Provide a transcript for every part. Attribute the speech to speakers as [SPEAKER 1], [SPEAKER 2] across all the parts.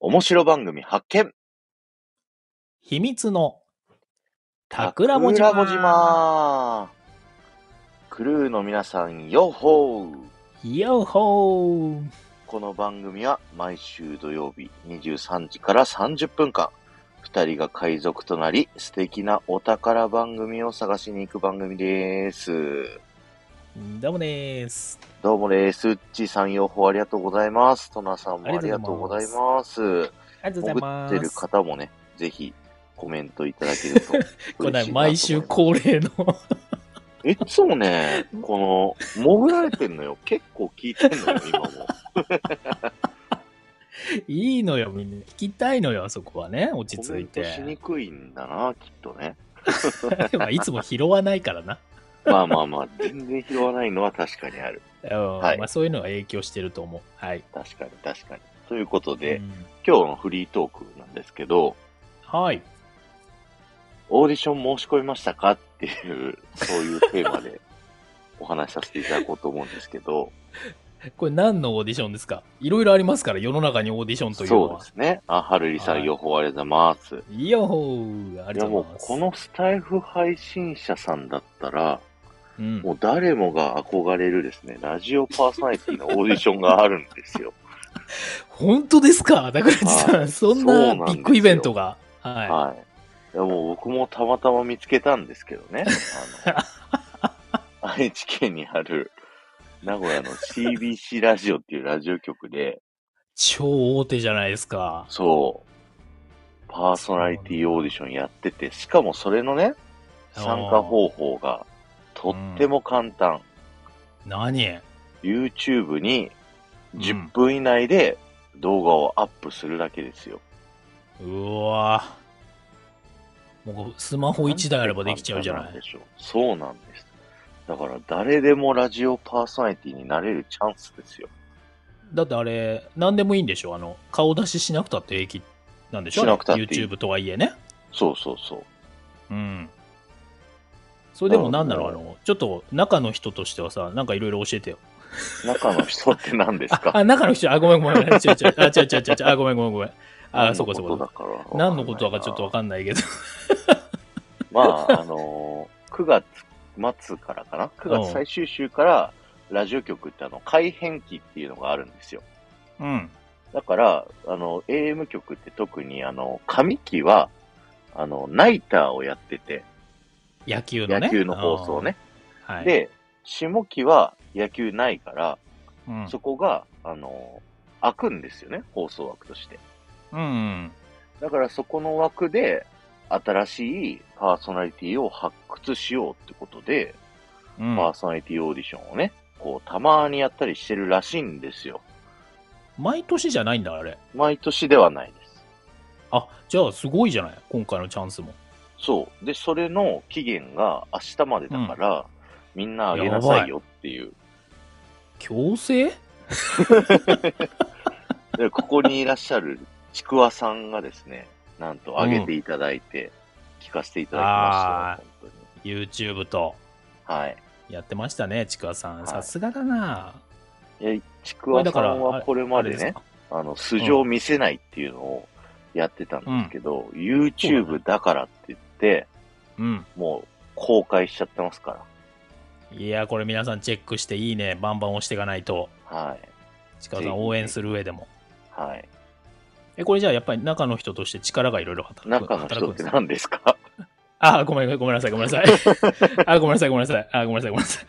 [SPEAKER 1] 面白番組発見
[SPEAKER 2] 秘密の桜もじま
[SPEAKER 1] 桜もじまクルーの皆さん、ヨッホー
[SPEAKER 2] ヨッホー
[SPEAKER 1] この番組は毎週土曜日23時から30分間、二人が海賊となり、素敵なお宝番組を探しに行く番組です。
[SPEAKER 2] どうもです。
[SPEAKER 1] どうもです。うっちーさん、ヨッホーありがとうございます。トナさんもあ
[SPEAKER 2] あ
[SPEAKER 1] り
[SPEAKER 2] り
[SPEAKER 1] が
[SPEAKER 2] が
[SPEAKER 1] と
[SPEAKER 2] と
[SPEAKER 1] う
[SPEAKER 2] う
[SPEAKER 1] ござ
[SPEAKER 2] ござ
[SPEAKER 1] い
[SPEAKER 2] い
[SPEAKER 1] ます。
[SPEAKER 2] ありがとうござい
[SPEAKER 1] 潜
[SPEAKER 2] ま
[SPEAKER 1] っ
[SPEAKER 2] す。
[SPEAKER 1] てる方もね、ぜひコメントいただけると嬉しいなと
[SPEAKER 2] こ
[SPEAKER 1] 思いま
[SPEAKER 2] れ
[SPEAKER 1] す。
[SPEAKER 2] ね毎週恒例の
[SPEAKER 1] いつもね、この、潜られてんのよ。結構聞いてんのよ、今も。
[SPEAKER 2] いいのよみんな聞きたいのよあそこはね落ち
[SPEAKER 1] コ
[SPEAKER 2] 着
[SPEAKER 1] メ
[SPEAKER 2] い
[SPEAKER 1] ントしに
[SPEAKER 2] て
[SPEAKER 1] くいんだな、きっとね。
[SPEAKER 2] まあいつも拾わないからな、
[SPEAKER 1] まあまあまあ、全然拾わないのは 確かにある。
[SPEAKER 2] うん
[SPEAKER 1] はい
[SPEAKER 2] まあ、そういうのが影響してると思うはい、
[SPEAKER 1] 確かに、確かに。ということで、
[SPEAKER 2] うん
[SPEAKER 1] 今日のフリートークなんですけど、
[SPEAKER 2] はい
[SPEAKER 1] オーディション申し込みましたかっていう、そういうテーマで お話しさせていただこうと思うんですけど、
[SPEAKER 2] これ何のオーディションですかいろいろありますから世の中にオーディションというの
[SPEAKER 1] そう
[SPEAKER 2] は
[SPEAKER 1] ですね。あ、はるりさ
[SPEAKER 2] は
[SPEAKER 1] ん、
[SPEAKER 2] い
[SPEAKER 1] 予報ありがとうございます。
[SPEAKER 2] いやほーあ
[SPEAKER 1] い
[SPEAKER 2] りが
[SPEAKER 1] や
[SPEAKER 2] と
[SPEAKER 1] も
[SPEAKER 2] うご
[SPEAKER 1] う
[SPEAKER 2] ざいます
[SPEAKER 1] このスタイフ配信者さんだったら、
[SPEAKER 2] うん
[SPEAKER 1] もう誰もが憧れるですね、ラジオパーソナリティのオーディションがあるんですよ。
[SPEAKER 2] 本当ですかだからさ
[SPEAKER 1] はい
[SPEAKER 2] ん、そん
[SPEAKER 1] そうな
[SPEAKER 2] なん
[SPEAKER 1] ですよ
[SPEAKER 2] ビッグイベントが。 は
[SPEAKER 1] はい。いやもう僕もたまたま見つけたんですけどね。あ の愛知県にある名古屋の CBC ラジオっていうラジオ局で、
[SPEAKER 2] い。超大手じゃないですか。
[SPEAKER 1] そう、パーソナリティオーディションやってて、しかもそれのね、参加方法がとっても簡単。
[SPEAKER 2] 何
[SPEAKER 1] YouTube に
[SPEAKER 2] うん
[SPEAKER 1] 10分以内で動画をアップするだけですよ。
[SPEAKER 2] うわぁ。もうスマホ1台あればできちゃうじゃなんい
[SPEAKER 1] て簡単んでしょうそうなんです。だから誰でもラジオパーソナリティになれるチャンスですよ。
[SPEAKER 2] だってあれ、何でもいいんでしょあの、顔出ししなくたって平気なんでしょ
[SPEAKER 1] しなくたっていい
[SPEAKER 2] YouTube とはいえね。
[SPEAKER 1] そうそうそう。
[SPEAKER 2] うん。それでも
[SPEAKER 1] な
[SPEAKER 2] なんん
[SPEAKER 1] だ
[SPEAKER 2] だ
[SPEAKER 1] ろ
[SPEAKER 2] ろ
[SPEAKER 1] う
[SPEAKER 2] うあの、ちょっと中の人としてはさ、なんかいろいろ教えてよ。
[SPEAKER 1] 中の人って何です
[SPEAKER 2] あ
[SPEAKER 1] か
[SPEAKER 2] あ、中の人、あ、ごめんごめん。違う違う。あ、違う違う違う。あ、ごめんごめんごめん。 あ、そこそ
[SPEAKER 1] 何のと
[SPEAKER 2] こ
[SPEAKER 1] だ。から
[SPEAKER 2] 何のことだかちょっとわ
[SPEAKER 1] か
[SPEAKER 2] かんないけ
[SPEAKER 1] ん
[SPEAKER 2] ど。
[SPEAKER 1] ないな。まあ、あのー、9月末からかな ?9 月最終週から、ラジオ局ってあの、改編期っていうのがあるんですよ。
[SPEAKER 2] うん。
[SPEAKER 1] だから、あの、AM 局って特に、あの、上期は、あの、ナイターをやってて、
[SPEAKER 2] 野球のね。
[SPEAKER 1] 野球の放送ね。
[SPEAKER 2] うん。はい、
[SPEAKER 1] で、下期は野球ないから、
[SPEAKER 2] うん、
[SPEAKER 1] そこが、あの、開くんですよね、放送枠として。
[SPEAKER 2] うんうん。
[SPEAKER 1] だからそこの枠で、新しいパーソナリティを発掘しようってことで、
[SPEAKER 2] うん
[SPEAKER 1] パーソナリティオーディションをね、こう、たまにやったりしてるらしいんですよ。
[SPEAKER 2] 毎年じゃないんだ、あれ。
[SPEAKER 1] 毎年ではないです。
[SPEAKER 2] あ、じゃあすごいじゃない今回のチャンスも。
[SPEAKER 1] そう。で、それの期限が明日までだから、みんなあげなさいよっていう。
[SPEAKER 2] 強制
[SPEAKER 1] で、ここにいらっしゃるちくわさんがですね、なんとあげていただいて、聞かせていただきましたよ、本
[SPEAKER 2] ?YouTube と
[SPEAKER 1] 当に。はい。
[SPEAKER 2] やってましたね、ちくわさ
[SPEAKER 1] はい
[SPEAKER 2] ん。さすがだな。
[SPEAKER 1] え、ちくわさん
[SPEAKER 2] これだから
[SPEAKER 1] は
[SPEAKER 2] あ
[SPEAKER 1] これまで
[SPEAKER 2] あれ
[SPEAKER 1] ね
[SPEAKER 2] で、
[SPEAKER 1] あの、素性を見せないっていうのをやってたんですけど、YouTube だからって言って、
[SPEAKER 2] うん。
[SPEAKER 1] もう公開しちゃってますか
[SPEAKER 2] いや、これ皆さんチェックしていいね。バンバン押していかないと。
[SPEAKER 1] ら。はい。
[SPEAKER 2] ちくわさん応援する上でも。
[SPEAKER 1] はい。
[SPEAKER 2] え、これじゃあやっぱり中の人として力がいろいろ働く。
[SPEAKER 1] 中の人
[SPEAKER 2] 働く
[SPEAKER 1] っ
[SPEAKER 2] ん
[SPEAKER 1] て
[SPEAKER 2] ですね
[SPEAKER 1] 何ですか
[SPEAKER 2] あ、ごめん、ごめんなさい、ごめ んなさい。あ、ごめんなさい、ごめんなさい。あ、ごめんなさい、ごめんなさい。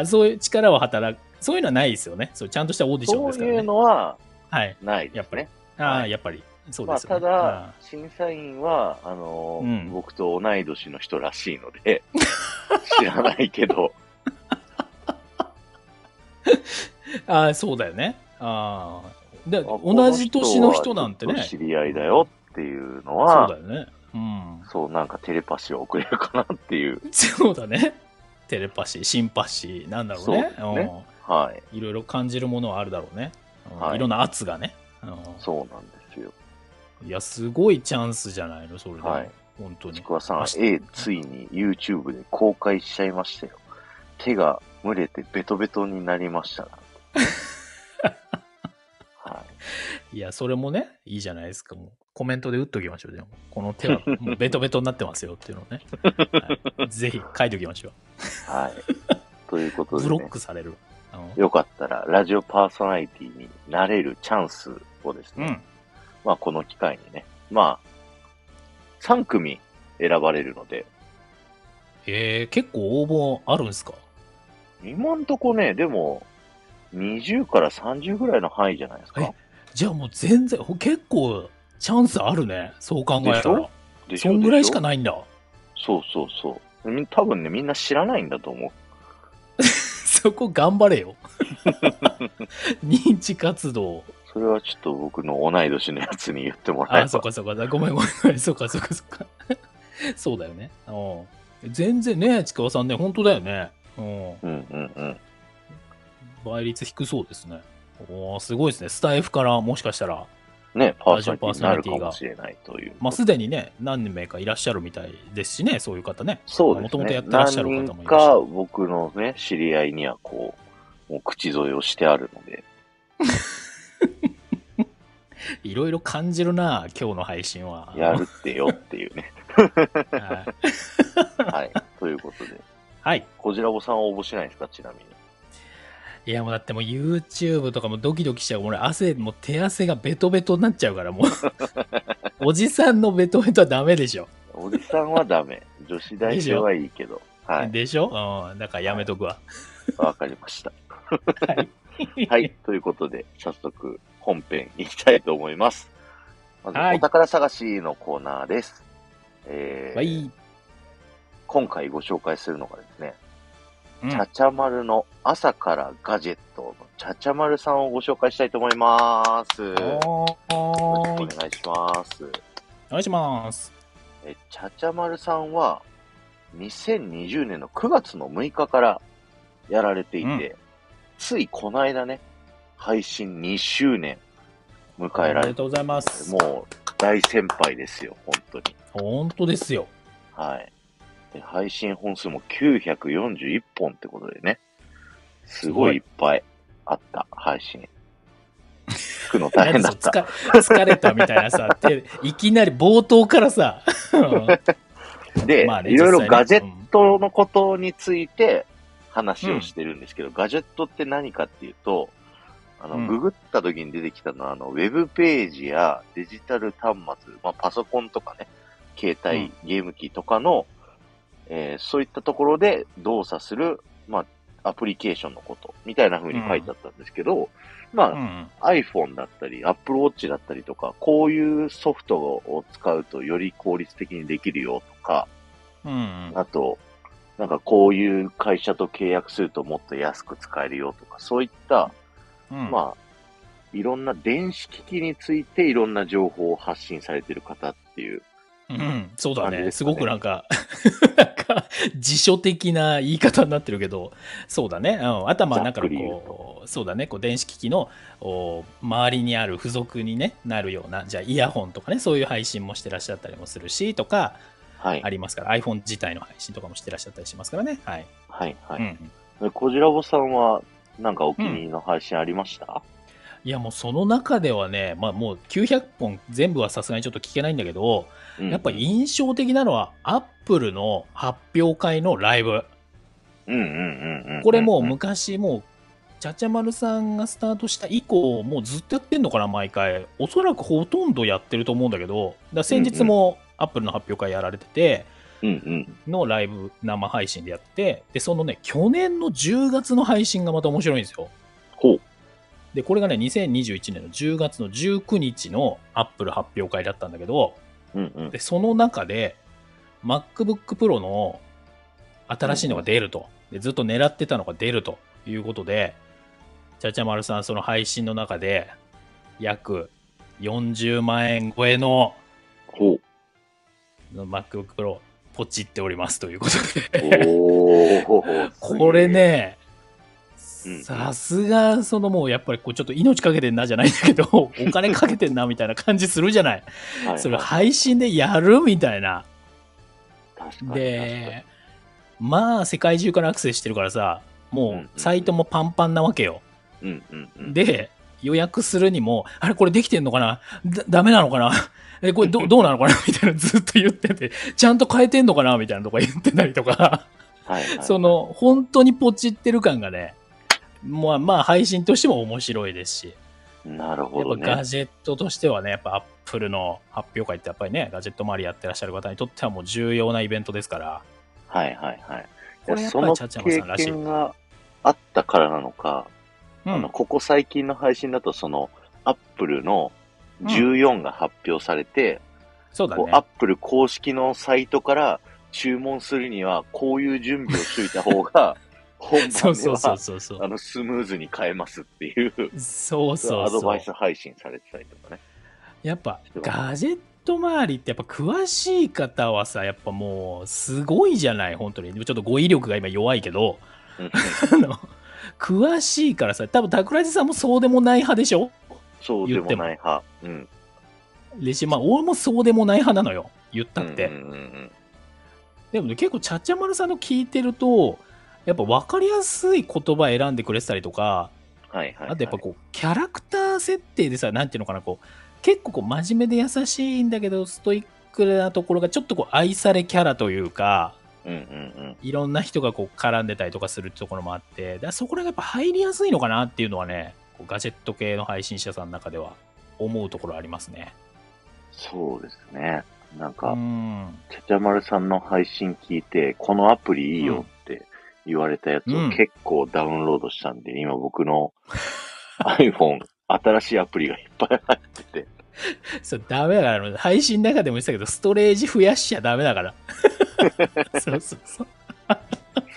[SPEAKER 2] あそういう力を働く、そういうのはないですよね。そうちゃんとしたオーディション
[SPEAKER 1] そう
[SPEAKER 2] ですから
[SPEAKER 1] いう
[SPEAKER 2] ね。
[SPEAKER 1] のは
[SPEAKER 2] はい。
[SPEAKER 1] ないで
[SPEAKER 2] やっ
[SPEAKER 1] す
[SPEAKER 2] ぱり
[SPEAKER 1] ね。
[SPEAKER 2] ああ、やっぱり。そう
[SPEAKER 1] ま
[SPEAKER 2] で
[SPEAKER 1] あ、
[SPEAKER 2] すよ
[SPEAKER 1] た
[SPEAKER 2] ね。
[SPEAKER 1] だ
[SPEAKER 2] あ、
[SPEAKER 1] 審査員は、あのー
[SPEAKER 2] うん
[SPEAKER 1] 僕と同い年の人らしいの で、知らないけど、
[SPEAKER 2] あああ、そうだよね。ああ。で、
[SPEAKER 1] あこの
[SPEAKER 2] 同じ年の人なんて
[SPEAKER 1] 人
[SPEAKER 2] ね。
[SPEAKER 1] はちょっと
[SPEAKER 2] そう
[SPEAKER 1] 知り合いだよっていうのは、
[SPEAKER 2] だよね。うん。
[SPEAKER 1] そう、なんかテレパシーを送れるかなっていう。
[SPEAKER 2] そうだね。テレパシー、シンパシー、なんだろうね。
[SPEAKER 1] そうですはい。
[SPEAKER 2] うんいろいろ感じるものはあるだろうね。うん
[SPEAKER 1] はい
[SPEAKER 2] いろんな圧がね。うん
[SPEAKER 1] そうなんですよ。
[SPEAKER 2] いや、すごいチャンスじゃないの、それでも。
[SPEAKER 1] はい
[SPEAKER 2] 本当に
[SPEAKER 1] ち。くわさん
[SPEAKER 2] 明、日
[SPEAKER 1] A、ついに YouTube で公開しちゃいましたよ。手 が蒸れてベトベトになりました。はい。
[SPEAKER 2] いや、それもね、いいじゃないですか。もうコメントで打っときましょう。じゃあこ の手はもうベトベトになってますよっていうのをね。はいぜひ書いておきましょ
[SPEAKER 1] はい。というこ
[SPEAKER 2] う。
[SPEAKER 1] と
[SPEAKER 2] ブ
[SPEAKER 1] で、
[SPEAKER 2] ロ
[SPEAKER 1] ね
[SPEAKER 2] ッ、クされる。あの
[SPEAKER 1] よかったら、ラジオパーソナリティになれるチャンスをです
[SPEAKER 2] う
[SPEAKER 1] ね、
[SPEAKER 2] ん。
[SPEAKER 1] まあ、この機会にね、まあ、3組選ばれるので、
[SPEAKER 2] えー、結構応募あるんですか
[SPEAKER 1] 今んとこね、でも、20から30ぐらいの範囲じゃないですか
[SPEAKER 2] え。じゃあもう全然、ほ結構チャンスあるね。そう考え
[SPEAKER 1] でした
[SPEAKER 2] ら
[SPEAKER 1] ょ。でし
[SPEAKER 2] そ
[SPEAKER 1] ょ
[SPEAKER 2] んぐらいしか
[SPEAKER 1] ない。
[SPEAKER 2] ないんだ。
[SPEAKER 1] そうそうそう。み多分ね、みんな知らないんだと思う。
[SPEAKER 2] そこ頑張 れよ。認知活動。
[SPEAKER 1] それはちょっと僕の同い年のやつに言ってもらえば。
[SPEAKER 2] あ、そっかそっか。ごめんごめんごめん。そっかそっかそっか。そうだよね。うん全然ね、ちくわさんね、本当だよね。うん
[SPEAKER 1] うんうんうん。
[SPEAKER 2] 倍率低そうですね。おーすごいですね。スタイフからもしかしたら、
[SPEAKER 1] ね、パー
[SPEAKER 2] ラジ
[SPEAKER 1] ソ
[SPEAKER 2] オパ
[SPEAKER 1] ナ
[SPEAKER 2] ー
[SPEAKER 1] リティになる
[SPEAKER 2] ソナリテ
[SPEAKER 1] か
[SPEAKER 2] ィが
[SPEAKER 1] もしれないという。
[SPEAKER 2] まあ、すでにね、何名かいらっしゃるみたいですしね、そういう方ね。
[SPEAKER 1] そうです
[SPEAKER 2] もともとや
[SPEAKER 1] ね
[SPEAKER 2] っ。てらっしゃる
[SPEAKER 1] 何
[SPEAKER 2] 方
[SPEAKER 1] 人
[SPEAKER 2] もいらっしゃ
[SPEAKER 1] か
[SPEAKER 2] る。
[SPEAKER 1] 僕のね、知り合いにはこう、もう口添えをしてあるので、
[SPEAKER 2] いろいろ感じるな、今日の配信は。
[SPEAKER 1] やるってよっていうね。
[SPEAKER 2] はい
[SPEAKER 1] はい。ということで、
[SPEAKER 2] はい。
[SPEAKER 1] こじらぼさんは応募しないですか、ちなみに。
[SPEAKER 2] いや、もうだってもう YouTube とかもドキドキしちゃう。俺、汗、もう手汗がベトベトになっちゃうから、 もう。おじさんのベトベトはダメでしょ。
[SPEAKER 1] おじさんはダメ。女子大生はいいけど。はい。
[SPEAKER 2] でしょうん。だからやめとくわ。
[SPEAKER 1] わかりました。
[SPEAKER 2] はい。
[SPEAKER 1] はい。ということで、早速本編いきたいと思います。まず、
[SPEAKER 2] はい
[SPEAKER 1] お宝探しのコーナーです。えー
[SPEAKER 2] はい。
[SPEAKER 1] 今回ご紹介するのがですね、
[SPEAKER 2] うん
[SPEAKER 1] ちゃちゃまるの朝からガジェットのちゃちゃまるさんをご紹介したいと思います。よろしく
[SPEAKER 2] お
[SPEAKER 1] お願いします。
[SPEAKER 2] 願いします。
[SPEAKER 1] えちゃちゃまるさんは、2020年の9月の6日からやられていて、
[SPEAKER 2] うん
[SPEAKER 1] ついこの間ね、配信2周年迎え
[SPEAKER 2] お
[SPEAKER 1] られ
[SPEAKER 2] めで
[SPEAKER 1] て、
[SPEAKER 2] とうございます。
[SPEAKER 1] もう大先輩ですよ、本当に。
[SPEAKER 2] 本当ですよ。
[SPEAKER 1] はい。で配信本数も941本ってことでね、すごいいっぱいあった、配 信。聞くの大変だった。
[SPEAKER 2] なんかそう疲疲れたみたい なさ、ていきなり冒頭からさ、
[SPEAKER 1] で、
[SPEAKER 2] まあね
[SPEAKER 1] いろいろ
[SPEAKER 2] 実際ね
[SPEAKER 1] ガジェットのことについて話をしてるんですけど、ガジェットって何かっていうと、あの、
[SPEAKER 2] うん
[SPEAKER 1] ググった時に出てきたのは、あの、ウェブページやデジタル端末、まあ、パソコンとかね、携帯、
[SPEAKER 2] うん
[SPEAKER 1] ゲーム機とかの、えーそういったところで動作する、まあ、アプリケーションのこと、みたいな風に書いてあったんですけど、まあ
[SPEAKER 2] う、ん
[SPEAKER 1] iPhone だったり、Apple Watch だったりとか、こういうソフトを使うとより効率的にできるよとか、
[SPEAKER 2] うんうん
[SPEAKER 1] あと、なんかこういう会社と契約するともっと安く使えるよとか、そういった、
[SPEAKER 2] うん
[SPEAKER 1] まあ、いろんな電子機器についていろんな情報を発信されてる方っていう、
[SPEAKER 2] うん、そうだ
[SPEAKER 1] 感じ
[SPEAKER 2] ね。
[SPEAKER 1] です
[SPEAKER 2] す
[SPEAKER 1] かね
[SPEAKER 2] ごくなんか、 なんか、辞書的な言い方になってるけど、そうだね。うん、頭なんか
[SPEAKER 1] ざっくり言う
[SPEAKER 2] こう、そうだね。こう、電子機器のお周りにある付属に、ね、なるような、じゃあイヤホンとかね、そういう配信もしてらっしゃったりもするし、とか、
[SPEAKER 1] はい
[SPEAKER 2] あ、りますから、iPhone 自体の配信とかもしてらっしゃったりしますからね。はい。
[SPEAKER 1] はい、は
[SPEAKER 2] う
[SPEAKER 1] い。
[SPEAKER 2] ん
[SPEAKER 1] でこじらぼさんは、なんかお気に入りの配信ありました、
[SPEAKER 2] いや、もうその中ではね、まあもう900本全部はさすがにちょっと聞けないんだけど、
[SPEAKER 1] うん
[SPEAKER 2] やっぱ印象的なのは、アップルの発表会のライブ。
[SPEAKER 1] うんうんうんうんうん。
[SPEAKER 2] これもう昔もうちゃちゃまるさんがスタートした以降もうずっとやってんのかな毎回おそらくほとんどやってると思うんだけどだから先日もアップルの発表会やられてて
[SPEAKER 1] うんうん。
[SPEAKER 2] のライブ生配信でやってでそのね去年の10月の配信がまた面白いんですよ
[SPEAKER 1] ほう。
[SPEAKER 2] でこれがね2021年の10月の19日のアップル発表会だったんだけど
[SPEAKER 1] うんうん。
[SPEAKER 2] でその中で MacBook Pro の新しいのが出ると、でずっと狙ってたのが出るということでちゃちゃまるさんその配信の中で約40万円超えの
[SPEAKER 1] ほ う。
[SPEAKER 2] MacBook Pro ポチっておりますということで
[SPEAKER 1] おー
[SPEAKER 2] これ。ね
[SPEAKER 1] うん
[SPEAKER 2] さすがそのもうやっぱりこうちょっと命かけてんなじゃないんだけどお金かけてんなみたいな感じするじゃない
[SPEAKER 1] すげえはい
[SPEAKER 2] それ
[SPEAKER 1] はい
[SPEAKER 2] 配信でやるみたいな
[SPEAKER 1] 確かに
[SPEAKER 2] で、まあ世界中からアクセスしてるからさ、
[SPEAKER 1] うん
[SPEAKER 2] も
[SPEAKER 1] うん
[SPEAKER 2] うサイトもパンパンなわけよ。
[SPEAKER 1] 確かにうんうんうん。
[SPEAKER 2] で、予約するにも、あれこれできてんのかなだダメなのかな え、これどどうなのかなみたいなずっと言ってて、ちゃんと変えてんのかなみたいなとか言ってたりとか、
[SPEAKER 1] はいはい、
[SPEAKER 2] その、本当にポチってる感がね、まあまあ配信としても面白いですし、
[SPEAKER 1] なる
[SPEAKER 2] や
[SPEAKER 1] ほ
[SPEAKER 2] っぱ
[SPEAKER 1] ど
[SPEAKER 2] ガ
[SPEAKER 1] ね。
[SPEAKER 2] ジェットとしてはね、やっぱアップルの発表会ってやっぱりね、ガジェット周りやってらっしゃる方にとってはもう重要なイベントですから、
[SPEAKER 1] はいはいはい。
[SPEAKER 2] これやっぱ
[SPEAKER 1] そ
[SPEAKER 2] り
[SPEAKER 1] の
[SPEAKER 2] チャチャマさん
[SPEAKER 1] 経
[SPEAKER 2] らしい。
[SPEAKER 1] 験があったからなのか、
[SPEAKER 2] う
[SPEAKER 1] あ
[SPEAKER 2] ん
[SPEAKER 1] の、ここ最近の配信だと、その、アップルの14が発表されて、
[SPEAKER 2] そうだ
[SPEAKER 1] こうアッ
[SPEAKER 2] ね。
[SPEAKER 1] プル公式のサイトから注文するには、こういう準備をしといた方 が、本番では
[SPEAKER 2] そうそうそうそうそう。
[SPEAKER 1] あのスムーズに変えますっていう、
[SPEAKER 2] そうそう
[SPEAKER 1] アド
[SPEAKER 2] そ
[SPEAKER 1] バ
[SPEAKER 2] う
[SPEAKER 1] イ。ス配信されてたりとかね。
[SPEAKER 2] やっぱガジェット周りってやっぱ詳しい方はさ、やっぱもうすごいじゃない、本当に。ちょっと語彙力が今弱いけど、
[SPEAKER 1] うん
[SPEAKER 2] あの、詳しいからさ、多分桜地さんもそうでもない派でしょ
[SPEAKER 1] そうでもない派。うん。
[SPEAKER 2] でし、まあ俺もそうでもない派なのよ。言ったって。
[SPEAKER 1] うんうんうん
[SPEAKER 2] でもね、結構、ちゃっちゃまるさんの聞いてると、やっぱ分かりやすい言葉選んでくれてたりとか、
[SPEAKER 1] はいはい、はい。
[SPEAKER 2] あとやっぱこう、キャラクター設定でさ、なんていうのかな、こう、結構こう、真面目で優しいんだけど、ストイックなところが、ちょっとこう、愛されキャラというか、
[SPEAKER 1] うんうんうん。
[SPEAKER 2] いろんな人がこう、絡んでたりとかするところもあって、だからそこらがやっぱ入りやすいのかなっていうのはね、こうガジェット系の配信者さんの中では思うところありますね。
[SPEAKER 1] そうですね。なん
[SPEAKER 2] う
[SPEAKER 1] か、
[SPEAKER 2] ん。
[SPEAKER 1] ちゃちゃまるさんの配信聞いて、このアプリいいよって言われたやつ
[SPEAKER 2] う
[SPEAKER 1] を
[SPEAKER 2] ん
[SPEAKER 1] 結構ダウンロードしたんで、今僕の iPhone、新しいアプリがいっぱい入ってて、
[SPEAKER 2] そう、ダメだからあの、配信の中でも言ってたけど、ストレージ増やしちゃダメ だから。そうそうそう。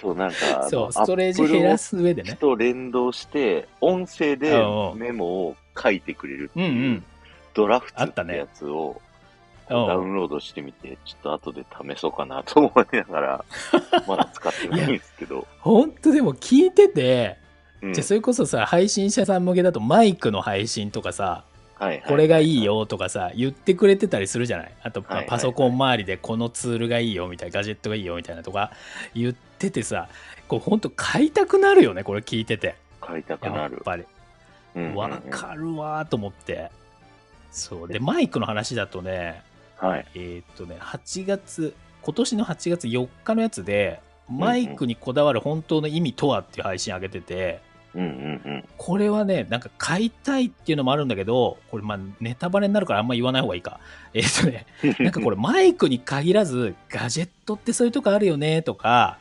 [SPEAKER 1] そうなんか、あ
[SPEAKER 2] そ
[SPEAKER 1] の
[SPEAKER 2] う、ストレージ減らす上で
[SPEAKER 1] Apple
[SPEAKER 2] ね
[SPEAKER 1] Watch。と連動して、音声で
[SPEAKER 2] うんうん
[SPEAKER 1] メモを書いてくれるって
[SPEAKER 2] うんう、
[SPEAKER 1] いうんドラフト
[SPEAKER 2] あっ
[SPEAKER 1] ったて
[SPEAKER 2] ね
[SPEAKER 1] やつを
[SPEAKER 2] う
[SPEAKER 1] ダウ
[SPEAKER 2] ん。
[SPEAKER 1] ンロードしてみて、ちょっと後で試そうかなと思いなが ら、まだ使ってないんですけど、
[SPEAKER 2] ほんとでも聞いてて、
[SPEAKER 1] うん
[SPEAKER 2] じゃあそれこそさ、配信者さん向けだとマイクの配信とかさ、
[SPEAKER 1] はいはい
[SPEAKER 2] これがいいよとかさ、言ってくれてたりするじゃないあと、まあ
[SPEAKER 1] はいはい
[SPEAKER 2] パソコン周りでこのツールがいいよみたいな、ガジェットがいいよみたいなとか言っててさ、こうほんと買いたくなるよね、これ聞いてて。
[SPEAKER 1] 買いたくな
[SPEAKER 2] やっ
[SPEAKER 1] る。
[SPEAKER 2] ぱり。
[SPEAKER 1] うんうんうん
[SPEAKER 2] わかるわーと思って。そう。で、マイクの話だとね、
[SPEAKER 1] はい。
[SPEAKER 2] えーっとね、8月、今年の8月4日のやつで、マイクにこだわる本当の意味とはっていう配信上げてて、
[SPEAKER 1] うんうんうん。
[SPEAKER 2] これはね、なんか買いたいっていうのもあるんだけど、これまあネタバレになるからあんま言わない方がいいか。えーっとね、な んかこれマイクに限らず、ガジェットってそういうとこあるよねとか、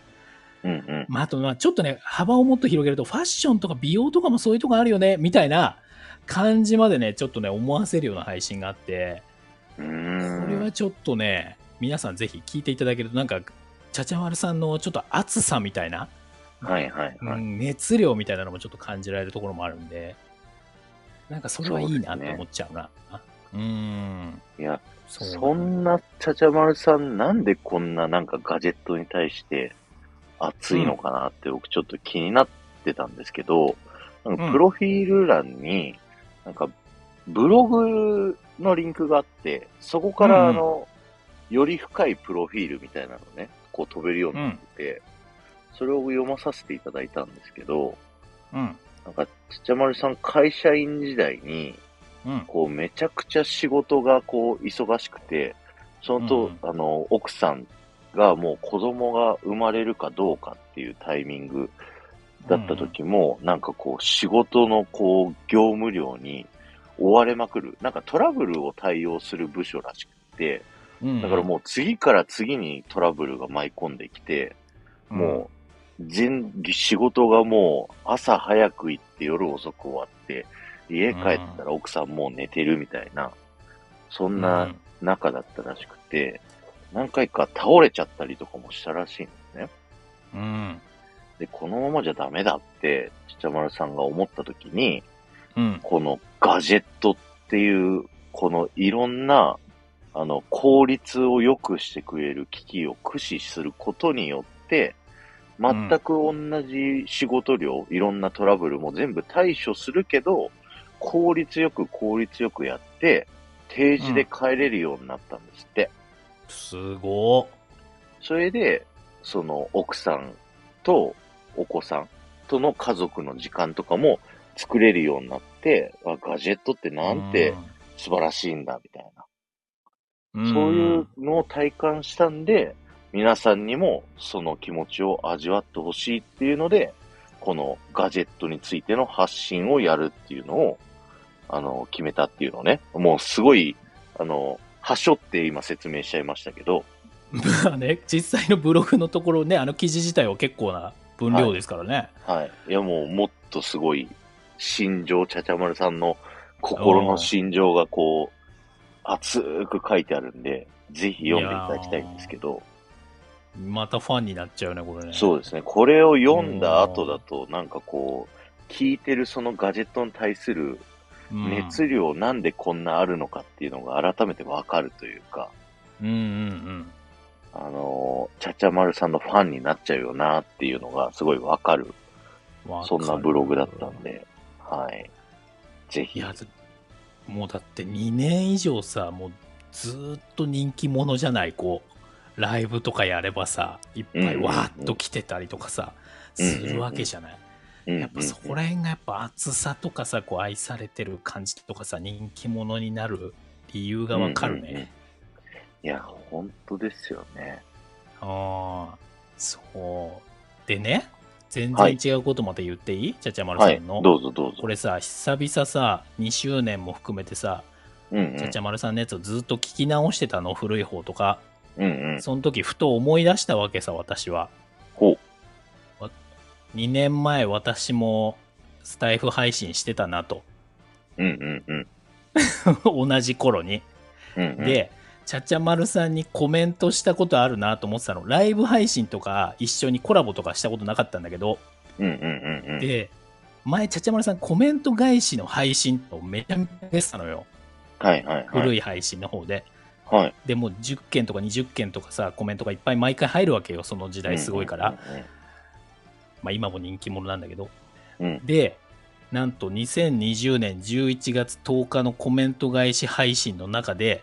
[SPEAKER 1] うんうん。
[SPEAKER 2] まあ、あとまあちょっとね、幅をもっと広げると、ファッションとか美容とかもそういうとこあるよね、みたいな感じまでね、ちょっとね、思わせるような配信があって、
[SPEAKER 1] う
[SPEAKER 2] こ
[SPEAKER 1] ーん
[SPEAKER 2] れはちょっとね、皆さんぜひ聞いていただけると、なんか、ちゃちゃまるさんのちょっと熱さみたいな、
[SPEAKER 1] はいはいは
[SPEAKER 2] う
[SPEAKER 1] い。
[SPEAKER 2] ん熱量みたいなのもちょっと感じられるところもあるんで、なんかそれはいいなって思っちゃうな。う,、ん。
[SPEAKER 1] いや、
[SPEAKER 2] そ
[SPEAKER 1] そんなちゃちゃまるさん、なんでこんななんかガジェットに対して熱いのかなって、僕ちょっと気になってたんですけど、なんか
[SPEAKER 2] うん
[SPEAKER 1] プロフィール欄に、なんかブログのリンクがあって、そこか
[SPEAKER 2] うん
[SPEAKER 1] ら
[SPEAKER 2] うん
[SPEAKER 1] あの、より深いプロフィールみたいなのね、こう飛べるようになってて、それを読まさせていただいたんですけど、
[SPEAKER 2] うん。
[SPEAKER 1] なんか、ちっちゃまるさん、会社員時代に、
[SPEAKER 2] うん。
[SPEAKER 1] こう、めちゃくちゃ仕事が、こう、忙しくて、そのと、あの、奥さんが、もう子供が生まれるかどうかっていうタイミングだった時も、なんかこう、仕事の、こう、業務量に追われまくる。なんかトラブルを対応する部署らしくて、
[SPEAKER 2] うん、
[SPEAKER 1] だからもう次から次にトラブルが舞い込んできて、
[SPEAKER 2] う
[SPEAKER 1] もう、全、仕事がもう、朝早く行って夜遅く終わって、家帰ったら奥さんもう寝てるみたいな、そんな中だったらしくて、何回か倒れちゃったりとかもしたらしいんですね。
[SPEAKER 2] うん、うん。
[SPEAKER 1] で、このままじゃダメだって、ちっちゃまるさんが思った時に、
[SPEAKER 2] うん。
[SPEAKER 1] このガジェットっていう、このいろんな、あの、効率を良くしてくれる機器を駆使することによって、全く同じ仕事量、いろんなトラブルも全部対処するけど、効率よく効率よくやって、定時で帰れるようになったんですって。
[SPEAKER 2] すごっ。
[SPEAKER 1] それで、その奥さんとお子さんとの家族の時間とかも作れるようになって、あガジェットってなんて素晴らしいんだ、みたいな。そういうのを体感したんで、皆さんにもその気持ちを味わってほしいっていうので、このガジェットについての発信をやるっていうのを、あの、決めたっていうのね。もうすごい、あの、はしょって今説明しちゃいましたけど、
[SPEAKER 2] まあね、実際のブログのところね、あの記事自体は結構な分量ですからね。
[SPEAKER 1] はい。いやもうもっとすごい心情、ちゃちゃまるさんの心の心情がこう、熱く書いてあるんで、ぜひ読んでいただきたいんですけど、
[SPEAKER 2] またファンになっちゃうね、これね。
[SPEAKER 1] そうですね。これを読んだ後だと、なんかこう、聞いてるそのガジェットに対する
[SPEAKER 2] うん
[SPEAKER 1] 熱量なんでこんなあるのかっていうのが改めてわかるというか、
[SPEAKER 2] うんうん
[SPEAKER 1] あのー、ちゃちゃまるさんのファンになっちゃうよなっていうのがすごいわかる、
[SPEAKER 2] うん。わか
[SPEAKER 1] そ
[SPEAKER 2] る
[SPEAKER 1] んなブログだったん。で、はい。ぜ
[SPEAKER 2] い
[SPEAKER 1] ひ、
[SPEAKER 2] や、もうだって2年以上さ、もうずーっと人気者じゃない、こう、ライブとかやればさ、いっぱ
[SPEAKER 1] うんうん
[SPEAKER 2] い
[SPEAKER 1] うん
[SPEAKER 2] わーっと来てたりとかさ、するわけじゃない。
[SPEAKER 1] や
[SPEAKER 2] やっぱそこら辺がやっぱ熱さとかさ、こう愛されてる感じとかさ、人気者になる理由がわか
[SPEAKER 1] う
[SPEAKER 2] る
[SPEAKER 1] んうんうん
[SPEAKER 2] ね。
[SPEAKER 1] いや、本当ですよね。
[SPEAKER 2] ああ、そう。でね、全
[SPEAKER 1] はい
[SPEAKER 2] 然違うことまた言っていい、ちゃちゃまる
[SPEAKER 1] は
[SPEAKER 2] さ
[SPEAKER 1] い、
[SPEAKER 2] んの。
[SPEAKER 1] どうぞどうぞ。
[SPEAKER 2] これさ、久々さ、2周年も含めてさ、
[SPEAKER 1] うんうん、
[SPEAKER 2] ちゃちゃまるさんのやつをずっと聞き直してたの、古い方とか。
[SPEAKER 1] うんうん。
[SPEAKER 2] その時、ふと思い出したわけさ、私は。
[SPEAKER 1] ほう。
[SPEAKER 2] 2年前、私もスタイフ配信してたなと。
[SPEAKER 1] うんうんうん。
[SPEAKER 2] 同じ頃に。
[SPEAKER 1] うんうん、
[SPEAKER 2] で、ちゃちゃまるさんにコメントしたことあるなと思ってたの。ライブ配信とか一緒にコラボとかしたことなかったんだけど、
[SPEAKER 1] うんうんうんうん。
[SPEAKER 2] で、前、ちゃちゃまるさんコメント返しの配信をめちゃめちゃ出てたのよ。
[SPEAKER 1] はいはいはい。
[SPEAKER 2] 古
[SPEAKER 1] い。
[SPEAKER 2] い配信の方で。
[SPEAKER 1] はい。
[SPEAKER 2] でもう10件とか20件とかさ、コメントがいっぱい毎回入るわけよ、その時代すごいから。。まあ今も人気者なんだけど。
[SPEAKER 1] うん
[SPEAKER 2] で、なんと2020年11月10日のコメント返し配信の中で、
[SPEAKER 1] はい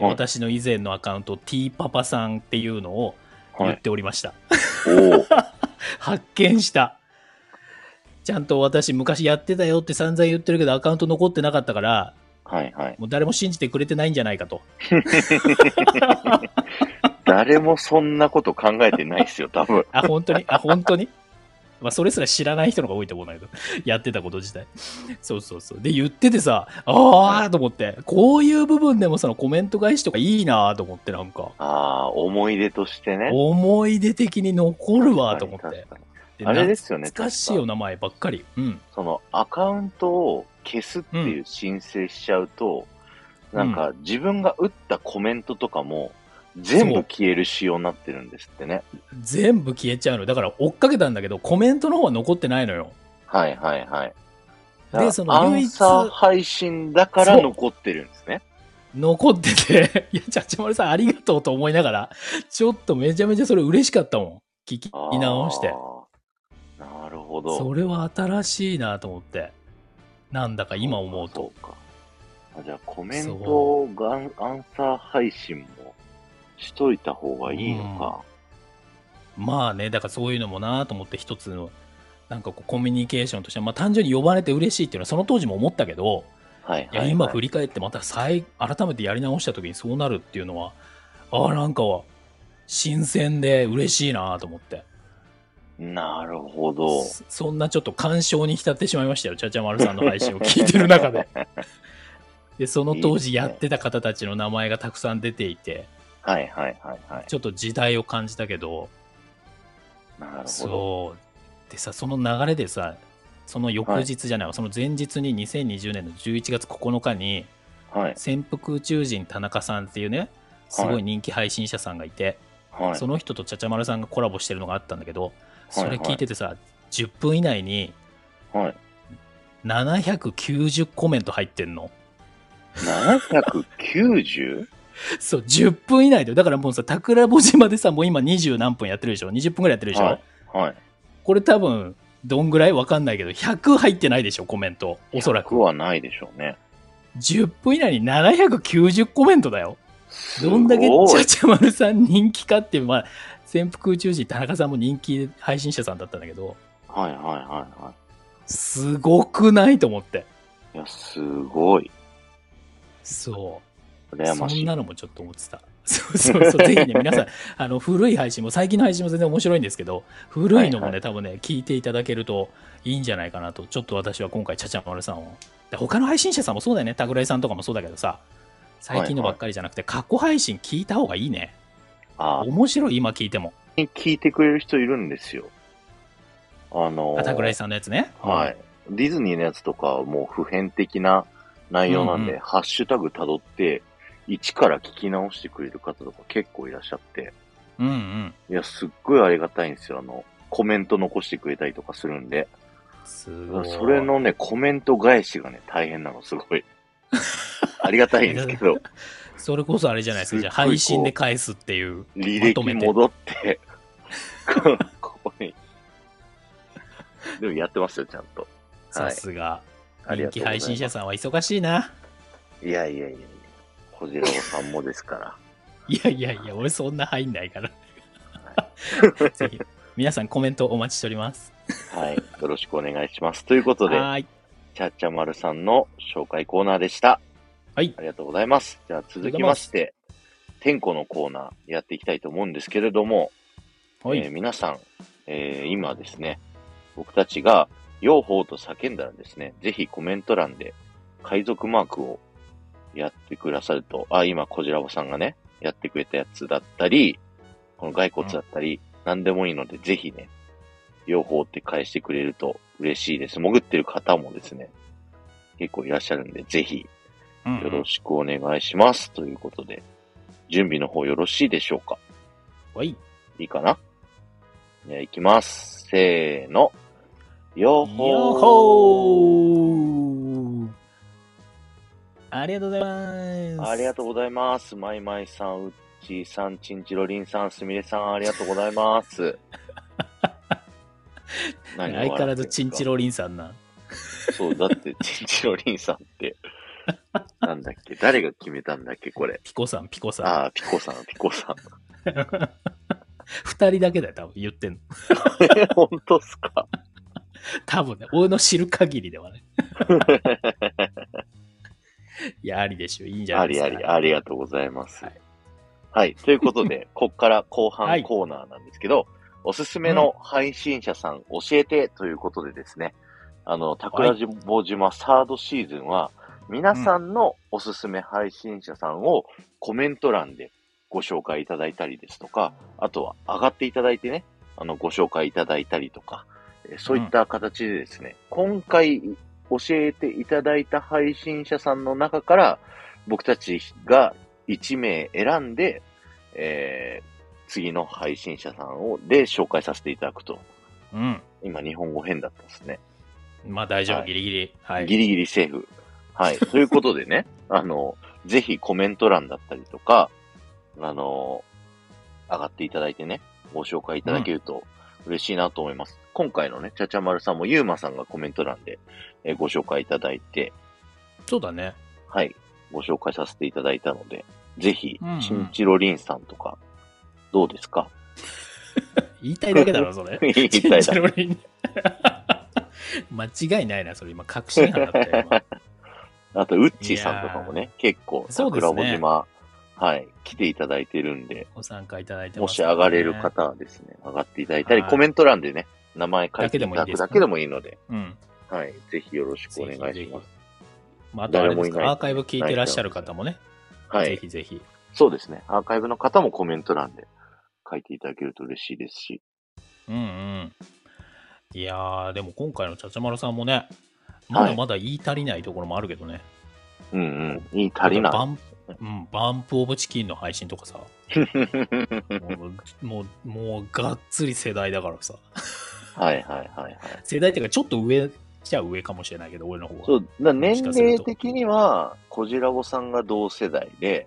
[SPEAKER 2] 私の以前のアカウント t パパさんっていうのを
[SPEAKER 1] は
[SPEAKER 2] 言っ
[SPEAKER 1] い。
[SPEAKER 2] ておりました、
[SPEAKER 1] おー
[SPEAKER 2] 発見したちゃんと私昔やってたよって散々言ってるけどアカウント残ってなかったから
[SPEAKER 1] はいはい。
[SPEAKER 2] もう誰も信じてくれてないんじゃないかと
[SPEAKER 1] 誰もそんなこと考えてないですよ、多分。
[SPEAKER 2] あ本当にあ本当にまあそれすら知らない人の方が多いと思うんだけど やってたこと自体そうそうそうで言っててさああと思ってこういう部分でもそのコメント返しとかいいなと思ってなんか
[SPEAKER 1] ああ、思い出としてね。
[SPEAKER 2] 思い出的に残るわと思っ
[SPEAKER 1] 確
[SPEAKER 2] て
[SPEAKER 1] かに。確か
[SPEAKER 2] で
[SPEAKER 1] にあれですよね、
[SPEAKER 2] 懐かしい
[SPEAKER 1] 確
[SPEAKER 2] よ名前ばっかりうん
[SPEAKER 1] そのアカウントを消すっていう申請しちゃうと、
[SPEAKER 2] うん
[SPEAKER 1] なんか自分が打ったコメントとかも全部消える仕様になってるんですってね。
[SPEAKER 2] 全部消えちゃうのだから追っかけたんだけどコメントの方は残ってないのよ
[SPEAKER 1] はいはいはい。
[SPEAKER 2] でそ
[SPEAKER 1] ア
[SPEAKER 2] の唯
[SPEAKER 1] ン
[SPEAKER 2] 一
[SPEAKER 1] サー配信だから
[SPEAKER 2] そう
[SPEAKER 1] 残ってるんですね。
[SPEAKER 2] 残ってて いやちゃちゃまるさんありがとうと思いながらちょっとめちゃめちゃそれ嬉しかったもん聞き
[SPEAKER 1] あー
[SPEAKER 2] 直して。
[SPEAKER 1] なるほど。
[SPEAKER 2] それは新しいなと思ってなんだか今思うと
[SPEAKER 1] そうか。あじゃあコメントがんアンサー配信もしといた方がいいのか。
[SPEAKER 2] まあねだからそういうのもなと思って一つのなんかこうコミュニケーションとしてまあ単純に呼ばれて嬉しいっていうのはその当時も思ったけど
[SPEAKER 1] はい
[SPEAKER 2] い
[SPEAKER 1] はい、
[SPEAKER 2] や
[SPEAKER 1] はい。
[SPEAKER 2] 今振り返ってまた再改めてやり直した時にそうなるっていうのはああなんかは新鮮で嬉しいなと思って
[SPEAKER 1] なるほど。
[SPEAKER 2] そそんなちょっと感傷に浸ってしまいましたよちゃちゃまるさんの配信を聞いてる中 ででその当時やってた方たちの名前がたくさん出ていて
[SPEAKER 1] はいはいはいはい。
[SPEAKER 2] ちょっと時代を感じたけど
[SPEAKER 1] なるほど。
[SPEAKER 2] そうでさその流れでさその翌日じゃないわ、その前日に2020年の11月9日に
[SPEAKER 1] はい
[SPEAKER 2] 潜伏宇宙人田中さんっていうねすごい人気配信者さんがいて、
[SPEAKER 1] はい。
[SPEAKER 2] その人とちゃちゃまるさんがコラボしてるのがあったんだけど
[SPEAKER 1] はい
[SPEAKER 2] それ聞いててさ、10分以内に
[SPEAKER 1] はい。
[SPEAKER 2] 790コメント入ってんの
[SPEAKER 1] 790?
[SPEAKER 2] そう10分以内でだからもうさ桜穂島でさもう今20何分やってるでしょ20分ぐらいやってるでしょ、
[SPEAKER 1] はい。はい。
[SPEAKER 2] これ多分どんぐらいわかんないけど100入ってないでしょコメントおそら
[SPEAKER 1] 100
[SPEAKER 2] く
[SPEAKER 1] はないでしょうね。
[SPEAKER 2] 10分以内に790コメントだよ。
[SPEAKER 1] すご
[SPEAKER 2] ど
[SPEAKER 1] い
[SPEAKER 2] んだけちゃちゃまるさん人気かっていう、まあ、潜伏宇宙人田中さんも人気配信者さんだったんだけど、
[SPEAKER 1] はいはいはいは
[SPEAKER 2] すごくないと思って。
[SPEAKER 1] い。いや、すごい。
[SPEAKER 2] そう。
[SPEAKER 1] 羨ま
[SPEAKER 2] そ
[SPEAKER 1] し
[SPEAKER 2] ん
[SPEAKER 1] い。
[SPEAKER 2] なのもちょっと思ってた。 そうそうそう。ぜひね、皆さん、 あの、古い配信も、最近の配信も全然面白いんですけど、古いのもね、
[SPEAKER 1] はいは
[SPEAKER 2] 多分ね、聞いていただけるといいんじゃないかなと、ちょっと私は今回、ちゃちゃまるさんを。で他の配信者さんもそうだよね、たぐらいさんとかもそうだけどさ、最近のばっかりじゃなくて、過去配信聞いた方がいいね。
[SPEAKER 1] あ、
[SPEAKER 2] 面白い、今聞いても。
[SPEAKER 1] 聞いてくれる人いるんですよ。あの
[SPEAKER 2] あ、たぐら
[SPEAKER 1] ー
[SPEAKER 2] い、さんのやつね。
[SPEAKER 1] はい。。ディズニーのやつとかはもう普遍的な内容なんで、
[SPEAKER 2] うんう
[SPEAKER 1] ハッシュタグ辿って、一から聞き直してくれる方とか結構いらっしゃって、
[SPEAKER 2] うんうん。
[SPEAKER 1] いや、すっごいありがたいんですよ。あの、コメント残してくれたりとかするんで、
[SPEAKER 2] すごい。
[SPEAKER 1] それのね、コメント返しがね、大変なの、すごい。 ありがたいんですけ ど、
[SPEAKER 2] それこそあれじゃないですか、じゃあ
[SPEAKER 1] すっごいこう
[SPEAKER 2] 配信で返すっていう。
[SPEAKER 1] 履歴戻って、こ ここに。でもやってますよ、ちゃんと。は
[SPEAKER 2] さ
[SPEAKER 1] い。
[SPEAKER 2] すが。
[SPEAKER 1] あり
[SPEAKER 2] 人
[SPEAKER 1] がと
[SPEAKER 2] 気
[SPEAKER 1] うござい
[SPEAKER 2] 配
[SPEAKER 1] ます
[SPEAKER 2] 信者さんは忙しいな。
[SPEAKER 1] いやいやいやいや、小次郎さんもですから。
[SPEAKER 2] いやいやいや、俺そんな入んな いから。ぜひ、皆さんコメントお待ちしております。
[SPEAKER 1] はい。よろしくお願いします。ということで、
[SPEAKER 2] はーい。
[SPEAKER 1] ちゃっちゃまるさんの紹介コーナーでした。
[SPEAKER 2] はい
[SPEAKER 1] ありがとうございます。じゃあ続きまして、天候のコーナーやっていきたいと思うんですけれども、
[SPEAKER 2] はい。
[SPEAKER 1] えー皆さん、えー今ですね、僕たちが、用法と叫んだらですね、ぜひコメント欄で、海賊マークをやってくださると、あ、今、こじらぼさんがね、やってくれたやつだったり、この骸骨だったり、何でもいいので、ぜひね、用法って返してくれると嬉しいです。潜ってる方もですね、結構いらっしゃるんで、ぜひ、
[SPEAKER 2] うん
[SPEAKER 1] よろしくお願いします。ということで、準備の方よろしいでしょうか
[SPEAKER 2] はい。
[SPEAKER 1] いいかなじゃあ、いきます。せーの。よっほー
[SPEAKER 2] よっほーありがとうございます。
[SPEAKER 1] ありがとうございます。まいまいさん、うっちーさん、ちんちろりんさん、すみれさん、ありがとうござい ます。何
[SPEAKER 2] 相
[SPEAKER 1] を笑ってるんですか
[SPEAKER 2] 変わらずチンチロリンさんな。
[SPEAKER 1] そう、だって、ちんちろりんさんって、なんだっけ誰が決めたんだっけこれ。
[SPEAKER 2] ピコさん、ピコさん。
[SPEAKER 1] ああ、ピコさん、ピコさん。
[SPEAKER 2] 二人だけだよ、多分言ってんの。
[SPEAKER 1] え本当っすか
[SPEAKER 2] 多分ね、俺の知る限りではね。 いや、ありでしょ。いいんじゃな
[SPEAKER 1] あ
[SPEAKER 2] いで
[SPEAKER 1] り
[SPEAKER 2] すか。
[SPEAKER 1] あり、ありがとうございます。
[SPEAKER 2] は
[SPEAKER 1] はいい。ということ で、こっから後
[SPEAKER 2] は
[SPEAKER 1] 半
[SPEAKER 2] い
[SPEAKER 1] コーナーなんですけど、おすすめの配信者さん教えてということでですね、あの、桜坊島サードシーズンは、皆さんのおすすめ配信者さんをコメント欄でご紹介いただいたりですとか、あとは上がっていただいてね、あの、ご紹介いただいたりとか、えーそういった形でですね、今回教えていただいた配信者さんの中から、僕たちが1名選んで、えー次の配信者さんを、で紹介させていただくと。
[SPEAKER 2] うん。
[SPEAKER 1] 今、日本語変だったですね。
[SPEAKER 2] まあ大丈夫、
[SPEAKER 1] はい
[SPEAKER 2] ギリギリ。はい。
[SPEAKER 1] ギリギリセーフ。 はい。ということでね、あの、ぜひコメント欄だったりとか、あの、上がっていただいてね、ご紹介いただけると嬉しいなと思います。今回のね、ちゃちゃまるさんもゆうまさんがコメント欄で、えーご紹介いただいて、
[SPEAKER 2] そうだね。
[SPEAKER 1] はい、ご紹介させていただいたので、ぜひ
[SPEAKER 2] うんうん、
[SPEAKER 1] チンチロリンさんとか、どうですか
[SPEAKER 2] 言いたいだけだろ、それ。
[SPEAKER 1] 言いたい
[SPEAKER 2] チンチ
[SPEAKER 1] だ。
[SPEAKER 2] ロリン間違いないな、それ。今、確信犯だった よ。今
[SPEAKER 1] あと、ウッチーさんとかもね、結構、
[SPEAKER 2] そうです
[SPEAKER 1] 桜
[SPEAKER 2] ね
[SPEAKER 1] 穂島、はい、来ていただいてるんで、
[SPEAKER 2] ご参加いただいてま
[SPEAKER 1] も
[SPEAKER 2] す
[SPEAKER 1] し
[SPEAKER 2] からね、
[SPEAKER 1] 上がれる方はですね、上がっていただいたり、
[SPEAKER 2] はい
[SPEAKER 1] コメント欄でね、名前書いていただくだ
[SPEAKER 2] だ
[SPEAKER 1] け
[SPEAKER 2] け
[SPEAKER 1] で
[SPEAKER 2] で
[SPEAKER 1] もいいので、
[SPEAKER 2] うん。
[SPEAKER 1] はい、ぜひよろしくお願いします。
[SPEAKER 2] ぜひぜひまあ、あとあ
[SPEAKER 1] 誰
[SPEAKER 2] れです
[SPEAKER 1] もいない
[SPEAKER 2] か、アーカイブ聞いてらっしゃる方もね、
[SPEAKER 1] は
[SPEAKER 2] ぜ
[SPEAKER 1] い、
[SPEAKER 2] ひぜひ。
[SPEAKER 1] そうですね、アーカイブの方もコメント欄で書いていただけると嬉しいですし、
[SPEAKER 2] うんうん。いやー、でも今回のちゃちゃまるさんもね、まだまだ言い足りないところもあるけどね。
[SPEAKER 1] うんうん、いい足りな
[SPEAKER 2] バ
[SPEAKER 1] い。
[SPEAKER 2] ンうん、バンプ・オブ・チキンの配信とかさ、もう、もう、もうがっつり世代だからさ。
[SPEAKER 1] はいはいはいはい。
[SPEAKER 2] 世代っていうか、ちょっと上じゃ上かもしれないけど、俺の方が。
[SPEAKER 1] そう、だ年齢的には、こじらぼさんが同世代で、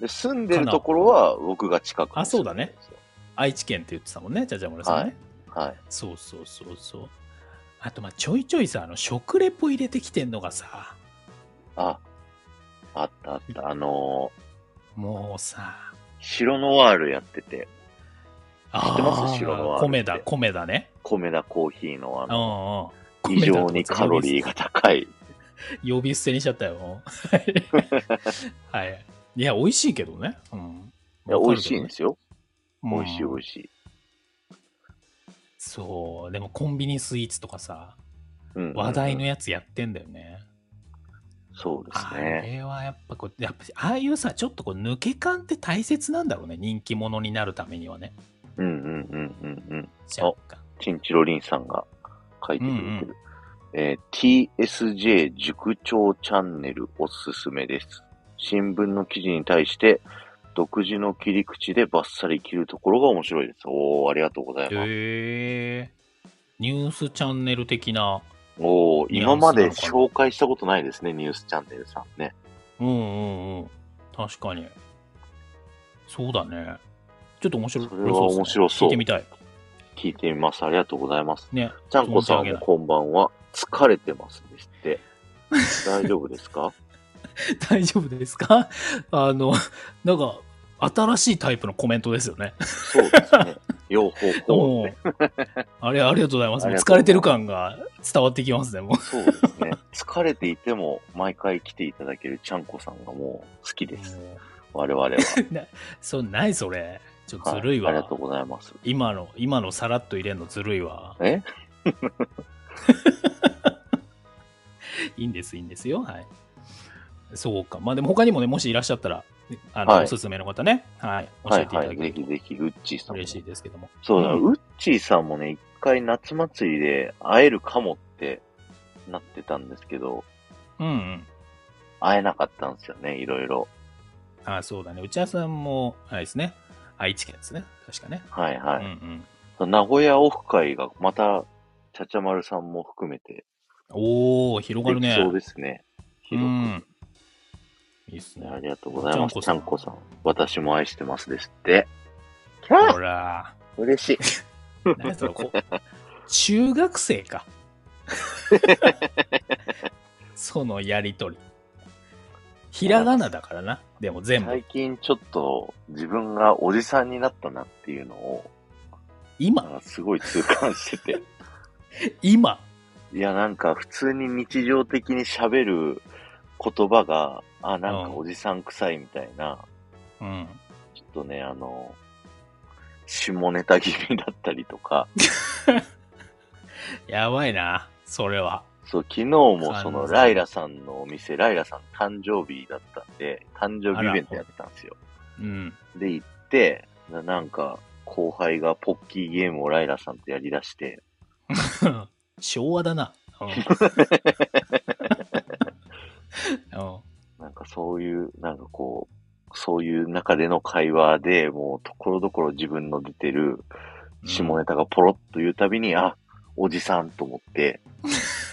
[SPEAKER 1] で住んでるところは僕が近くに
[SPEAKER 2] あそう
[SPEAKER 1] 住
[SPEAKER 2] だ
[SPEAKER 1] んで
[SPEAKER 2] ね
[SPEAKER 1] るんですよ。
[SPEAKER 2] 愛知県って言ってたもんね、じゃじゃ村さんね。
[SPEAKER 1] はいはい。
[SPEAKER 2] そうそうそうそう。あと、まあ、ちょいちょいさ、あの、食レポ入れてきてんのがさ、
[SPEAKER 1] あ、あったあった。あのー、
[SPEAKER 2] もうさ、
[SPEAKER 1] 白ノワールやってて、
[SPEAKER 2] あ
[SPEAKER 1] てます白の
[SPEAKER 2] あ、
[SPEAKER 1] ワール
[SPEAKER 2] 米
[SPEAKER 1] って
[SPEAKER 2] だ、米だね。
[SPEAKER 1] 米田コーヒーのあ
[SPEAKER 2] うん
[SPEAKER 1] の、
[SPEAKER 2] うん。
[SPEAKER 1] 非常にカロリー
[SPEAKER 2] が。
[SPEAKER 1] が高い
[SPEAKER 2] 呼び捨てにしちゃったよ。 はい。いや、美味しいけどね。うん。
[SPEAKER 1] いや、
[SPEAKER 2] わか
[SPEAKER 1] 美
[SPEAKER 2] る
[SPEAKER 1] 味
[SPEAKER 2] け
[SPEAKER 1] しい
[SPEAKER 2] ど
[SPEAKER 1] ん
[SPEAKER 2] ね
[SPEAKER 1] ですよ。美味しい美
[SPEAKER 2] うん
[SPEAKER 1] 味しい。
[SPEAKER 2] そう。でもコンビニスイーツとかさ、
[SPEAKER 1] うんうんうん
[SPEAKER 2] 話題のやつやってんだよね。
[SPEAKER 1] そうです
[SPEAKER 2] あ
[SPEAKER 1] ね。
[SPEAKER 2] れはやっぱこう、やっぱああいうさ、ちょっとこう抜け感って大切なんだろうね。人気者になるためにはね。
[SPEAKER 1] うんうんうんうんうん。
[SPEAKER 2] 若干。
[SPEAKER 1] チンチロリンさんが書いてくれてる。
[SPEAKER 2] うんうん
[SPEAKER 1] えー TSJ 塾長チャンネルおすすめです。新聞の記事に対して独自の切り口でバッサリ切るところが面白いです。おー、ありがとうございます。
[SPEAKER 2] へえニュースチャンネル的な。
[SPEAKER 1] おー、
[SPEAKER 2] ニュア
[SPEAKER 1] 今
[SPEAKER 2] ンスな
[SPEAKER 1] ま
[SPEAKER 2] のかな
[SPEAKER 1] で紹介したことないですね、ニュースチャンネルさんね。
[SPEAKER 2] うんうんうん。確かに。そうだね。ちょっと面白
[SPEAKER 1] それは面白そう
[SPEAKER 2] 聞いてみたい。
[SPEAKER 1] 聞いてみます。ありがとうございます。
[SPEAKER 2] ね。
[SPEAKER 1] ちゃんこさ
[SPEAKER 2] 存
[SPEAKER 1] ん
[SPEAKER 2] じ上
[SPEAKER 1] も
[SPEAKER 2] げない
[SPEAKER 1] こんばんは。疲れてますですって。大丈夫ですか
[SPEAKER 2] 大丈夫ですか あの、なんか、新しいタイプのコメントですよね。
[SPEAKER 1] そうですね。両方こうね。
[SPEAKER 2] うんあれ、ありがとうございます。
[SPEAKER 1] ありがとうござ
[SPEAKER 2] もう疲
[SPEAKER 1] います
[SPEAKER 2] れてる感が伝わってきますね、もう。
[SPEAKER 1] そうですね。疲れていても、毎回来ていただけるちゃんこさんがもう好きです。我々は。
[SPEAKER 2] そう、ないそれ。ちょっとずるい
[SPEAKER 1] はい。
[SPEAKER 2] わ。
[SPEAKER 1] ありがとうございます。
[SPEAKER 2] 今の、今のさらっと入れんのずるいわ。
[SPEAKER 1] え
[SPEAKER 2] いいんです、いいんですよ。はい。そうか。まあでも他にもね、もしいらっしゃったら、あの、
[SPEAKER 1] はい
[SPEAKER 2] おすすめの方ね、はい、教
[SPEAKER 1] は
[SPEAKER 2] え
[SPEAKER 1] い
[SPEAKER 2] ていた
[SPEAKER 1] は
[SPEAKER 2] だ
[SPEAKER 1] い。ぜ
[SPEAKER 2] けると
[SPEAKER 1] ひぜひ、ウッチーさんも
[SPEAKER 2] 嬉。しいですけども。
[SPEAKER 1] そうだ、
[SPEAKER 2] うん
[SPEAKER 1] ウッチーさんもね、一回夏祭りで会えるかもってなってたんですけど、
[SPEAKER 2] うんうん。
[SPEAKER 1] 会えなかったんですよね、いろいろ。
[SPEAKER 2] あそうだね。内田さんも、あれですね。愛知県ですね。確かね。
[SPEAKER 1] はいはい。
[SPEAKER 2] うんうん。
[SPEAKER 1] 名古屋オフ会がまた、ちゃちゃまるさんも含めて、
[SPEAKER 2] おー、広が
[SPEAKER 1] で
[SPEAKER 2] る
[SPEAKER 1] き
[SPEAKER 2] ね。
[SPEAKER 1] そうですね。
[SPEAKER 2] う
[SPEAKER 1] 広く、
[SPEAKER 2] ん。いいっす
[SPEAKER 1] あ
[SPEAKER 2] ね。
[SPEAKER 1] りがとうございます。ち
[SPEAKER 2] ち
[SPEAKER 1] ゃ
[SPEAKER 2] ゃ
[SPEAKER 1] ん
[SPEAKER 2] ん
[SPEAKER 1] こ
[SPEAKER 2] こ
[SPEAKER 1] さ
[SPEAKER 2] さ
[SPEAKER 1] ん。私も愛してますですって。キャ
[SPEAKER 2] ほ
[SPEAKER 1] ー
[SPEAKER 2] ら。
[SPEAKER 1] 嬉しい。
[SPEAKER 2] なんかそのこ中学生か。そのやりとり。ひらがなだからな。でも全部。
[SPEAKER 1] 最近ちょっと自分がおじさんになったなっていうのを、
[SPEAKER 2] 今
[SPEAKER 1] なんかすごい痛感して て。
[SPEAKER 2] 今
[SPEAKER 1] いや、なんか普通に日常的に喋る言葉が、あ、なんかおじさん臭いみたいな、
[SPEAKER 2] うん。
[SPEAKER 1] ちょっとね、あの、下ネタ気味だったりとか、
[SPEAKER 2] やばいな、それは。
[SPEAKER 1] そう、昨日もそ
[SPEAKER 2] 完
[SPEAKER 1] の
[SPEAKER 2] 全
[SPEAKER 1] ライラさんのお店、ライラさん誕生日だったんで、誕生日イベントやってたんですよ。
[SPEAKER 2] うん。
[SPEAKER 1] で、行って、ななんか、後輩がポッキーゲームをライラさんとやりだして、
[SPEAKER 2] 昭和だな。うんうん。
[SPEAKER 1] なんかそういう、なんかこう、そういう中での会話でもう、ところどころ自分の出てる
[SPEAKER 2] うん
[SPEAKER 1] 下ネタがポロッと言うたびに、あ、おじさんと思 って、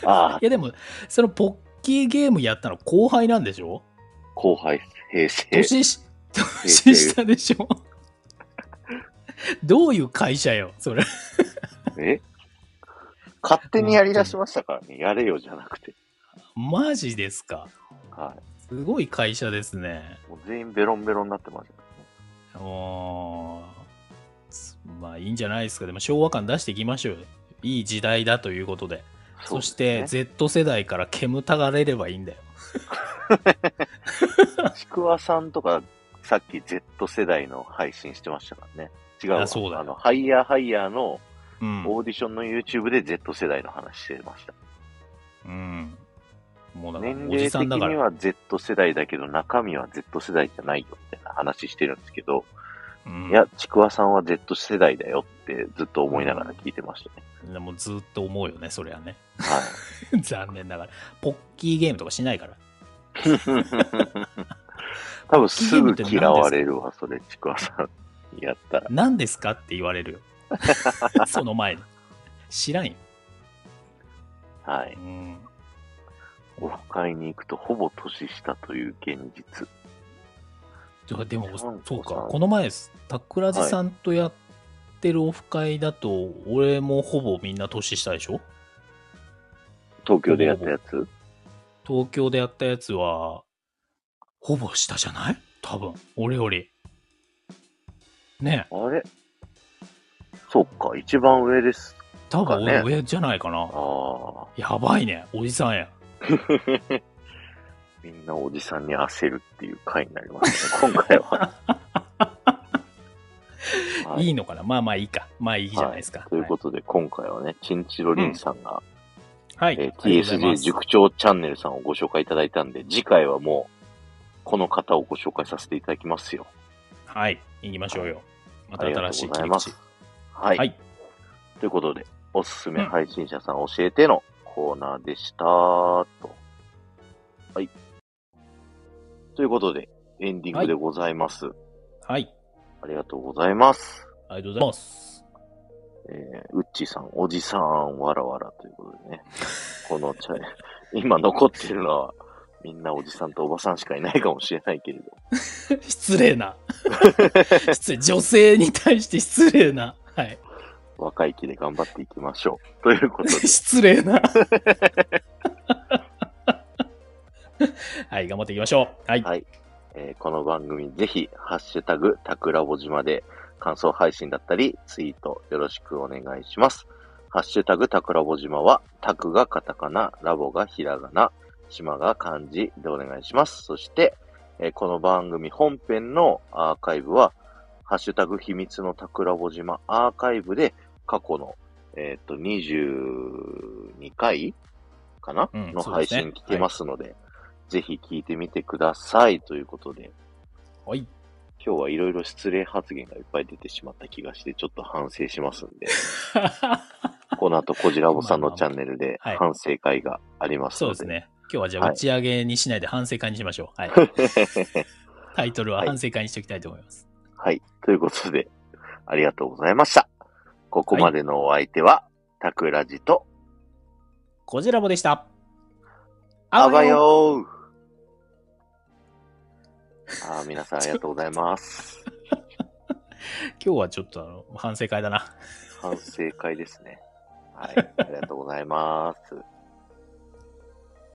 [SPEAKER 1] あ
[SPEAKER 2] い、やでも、そのポッキーゲームやったの後輩なんでしょ
[SPEAKER 1] 後輩、平成。
[SPEAKER 2] 年し、年下でしょ どういう会社よ、それ。
[SPEAKER 1] え勝手にやりだしましたからね、やれよじゃなくて。
[SPEAKER 2] マジですか。
[SPEAKER 1] はい。
[SPEAKER 2] すごい会社ですね。
[SPEAKER 1] もう全員ベロンベロンになってますよね。
[SPEAKER 2] もう、まあいいんじゃないですか。でも昭和感出していきましょうよ。いい時代だということで。そし
[SPEAKER 1] う
[SPEAKER 2] て
[SPEAKER 1] です
[SPEAKER 2] Z 世代から煙たがれればいいんだよ。
[SPEAKER 1] ね、ちくわさんとか、さっき Z 世代の配信してましたからね。違うわ
[SPEAKER 2] あそうだよ
[SPEAKER 1] の、ハイヤーハイヤーの
[SPEAKER 2] うん。
[SPEAKER 1] オーディションの YouTube で Z 世代の話してました。
[SPEAKER 2] うん、もうだから
[SPEAKER 1] 年
[SPEAKER 2] おじ
[SPEAKER 1] 齢的
[SPEAKER 2] さんだか
[SPEAKER 1] に
[SPEAKER 2] ら。
[SPEAKER 1] は Z 世代だけど、中身は Z 世代じゃないよみたいな話してるんですけど、
[SPEAKER 2] うん
[SPEAKER 1] いや、ちくわさんは Z 世代だよってずっと思いながら聞いてましたね。
[SPEAKER 2] でもずっと思うよね、それはね。
[SPEAKER 1] はい。
[SPEAKER 2] 残念ながら。ポッキーゲームとかしないから。
[SPEAKER 1] 多分すぐ嫌われるわ、それ、ちくわさん。やったら。
[SPEAKER 2] 何ですかって言わ れるよ。その前に。知らんよ。
[SPEAKER 1] は
[SPEAKER 2] う
[SPEAKER 1] い。
[SPEAKER 2] ん、
[SPEAKER 1] オフ会に行くとほぼ年下という現実。
[SPEAKER 2] じゃあでも
[SPEAKER 1] ちゃん、こさ
[SPEAKER 2] そ
[SPEAKER 1] ん
[SPEAKER 2] うか。この前です。タクラジさんとやってるオフ会だと、俺もほぼみんな年下でしょ
[SPEAKER 1] 東京でやったやつ
[SPEAKER 2] 東京でやったやつは、ほぼ下じゃない多分。俺より。ねえ。
[SPEAKER 1] あれそっか、一番上です。
[SPEAKER 2] 多分
[SPEAKER 1] そうかね
[SPEAKER 2] 俺上じゃないかな。
[SPEAKER 1] ああ。
[SPEAKER 2] やばいね。おじさんや。
[SPEAKER 1] みんなおじさんに焦るっていう回になります ね、今回は。はい
[SPEAKER 2] いのかなまあまあいいか。まあいいじゃないですか。
[SPEAKER 1] ということで、今回はね、チンチロリンさんが、
[SPEAKER 2] はい。
[SPEAKER 1] えー
[SPEAKER 2] ありがとうござい
[SPEAKER 1] TSG
[SPEAKER 2] ます
[SPEAKER 1] 塾長チャンネルさんをご紹介いただいたんで、次回はもう、この方をご紹介させていただきますよ。
[SPEAKER 2] はい。行きましょうよ。また
[SPEAKER 1] ありが
[SPEAKER 2] 新
[SPEAKER 1] と
[SPEAKER 2] し
[SPEAKER 1] う
[SPEAKER 2] い
[SPEAKER 1] ござ
[SPEAKER 2] 切
[SPEAKER 1] い
[SPEAKER 2] り
[SPEAKER 1] ます
[SPEAKER 2] 口。。
[SPEAKER 1] はい。
[SPEAKER 2] はい。
[SPEAKER 1] ということで、おすすめ
[SPEAKER 2] うん
[SPEAKER 1] 配信者さん教えてのコーナーでした、と。はい。ということで、エンディングでございます。
[SPEAKER 2] はい。
[SPEAKER 1] ありがとうございます。
[SPEAKER 2] ありがとうございます。
[SPEAKER 1] えー、うっちーさん、おじさん、わらわらということでね。 このチャン今残ってるのは、みんなおじさんとおばさんしかいないかもしれないけれど。
[SPEAKER 2] 失礼な。失礼。女性に対して失礼な。はい。
[SPEAKER 1] 若い気で頑張っていきましょう。ということで、
[SPEAKER 2] 失礼な。 はい。頑張っていきましょう。はい。
[SPEAKER 1] はいえーこの番組ぜひ、ハッシュタグ、たくらぼ島で感想配信だったり、ツイートよろしくお願いします。ハッシュタグ、たくらぼ島は、たくがカタカナ、ラボがひらがな、島が漢字でお願いします。そして、えーこの番組本編のアーカイブは、ハッシュタグ、秘密のたくらぼ島アーカイブで、過去の、えっ、と、22回かな、
[SPEAKER 2] うん
[SPEAKER 1] の
[SPEAKER 2] そうで
[SPEAKER 1] 配
[SPEAKER 2] すね
[SPEAKER 1] 信来てますので、ぜひ聞いてみてくださいということで、
[SPEAKER 2] はい。
[SPEAKER 1] 今日はいろいろ失礼発言がいっぱい出てしまった気がして、ちょっと反省します んで、この後、コジラボさんのチャンネルで
[SPEAKER 2] まあまあはい
[SPEAKER 1] 反省会があります
[SPEAKER 2] そう
[SPEAKER 1] の
[SPEAKER 2] です
[SPEAKER 1] で、
[SPEAKER 2] ね。今日はじゃあ
[SPEAKER 1] はい
[SPEAKER 2] 打ち上げにしないで反省会にしましょう。はい。タイトルは反省会にしておきたいと思います。
[SPEAKER 1] はい。ということで、ありがとうございました。ここまでのお相手は、タクラジと、
[SPEAKER 2] こじらぼでした。
[SPEAKER 1] あば よーあー皆さんありがとうございます。
[SPEAKER 2] 今日はちょっとあの反省会だな。
[SPEAKER 1] 反省会ですね。はい。ありがとうございます。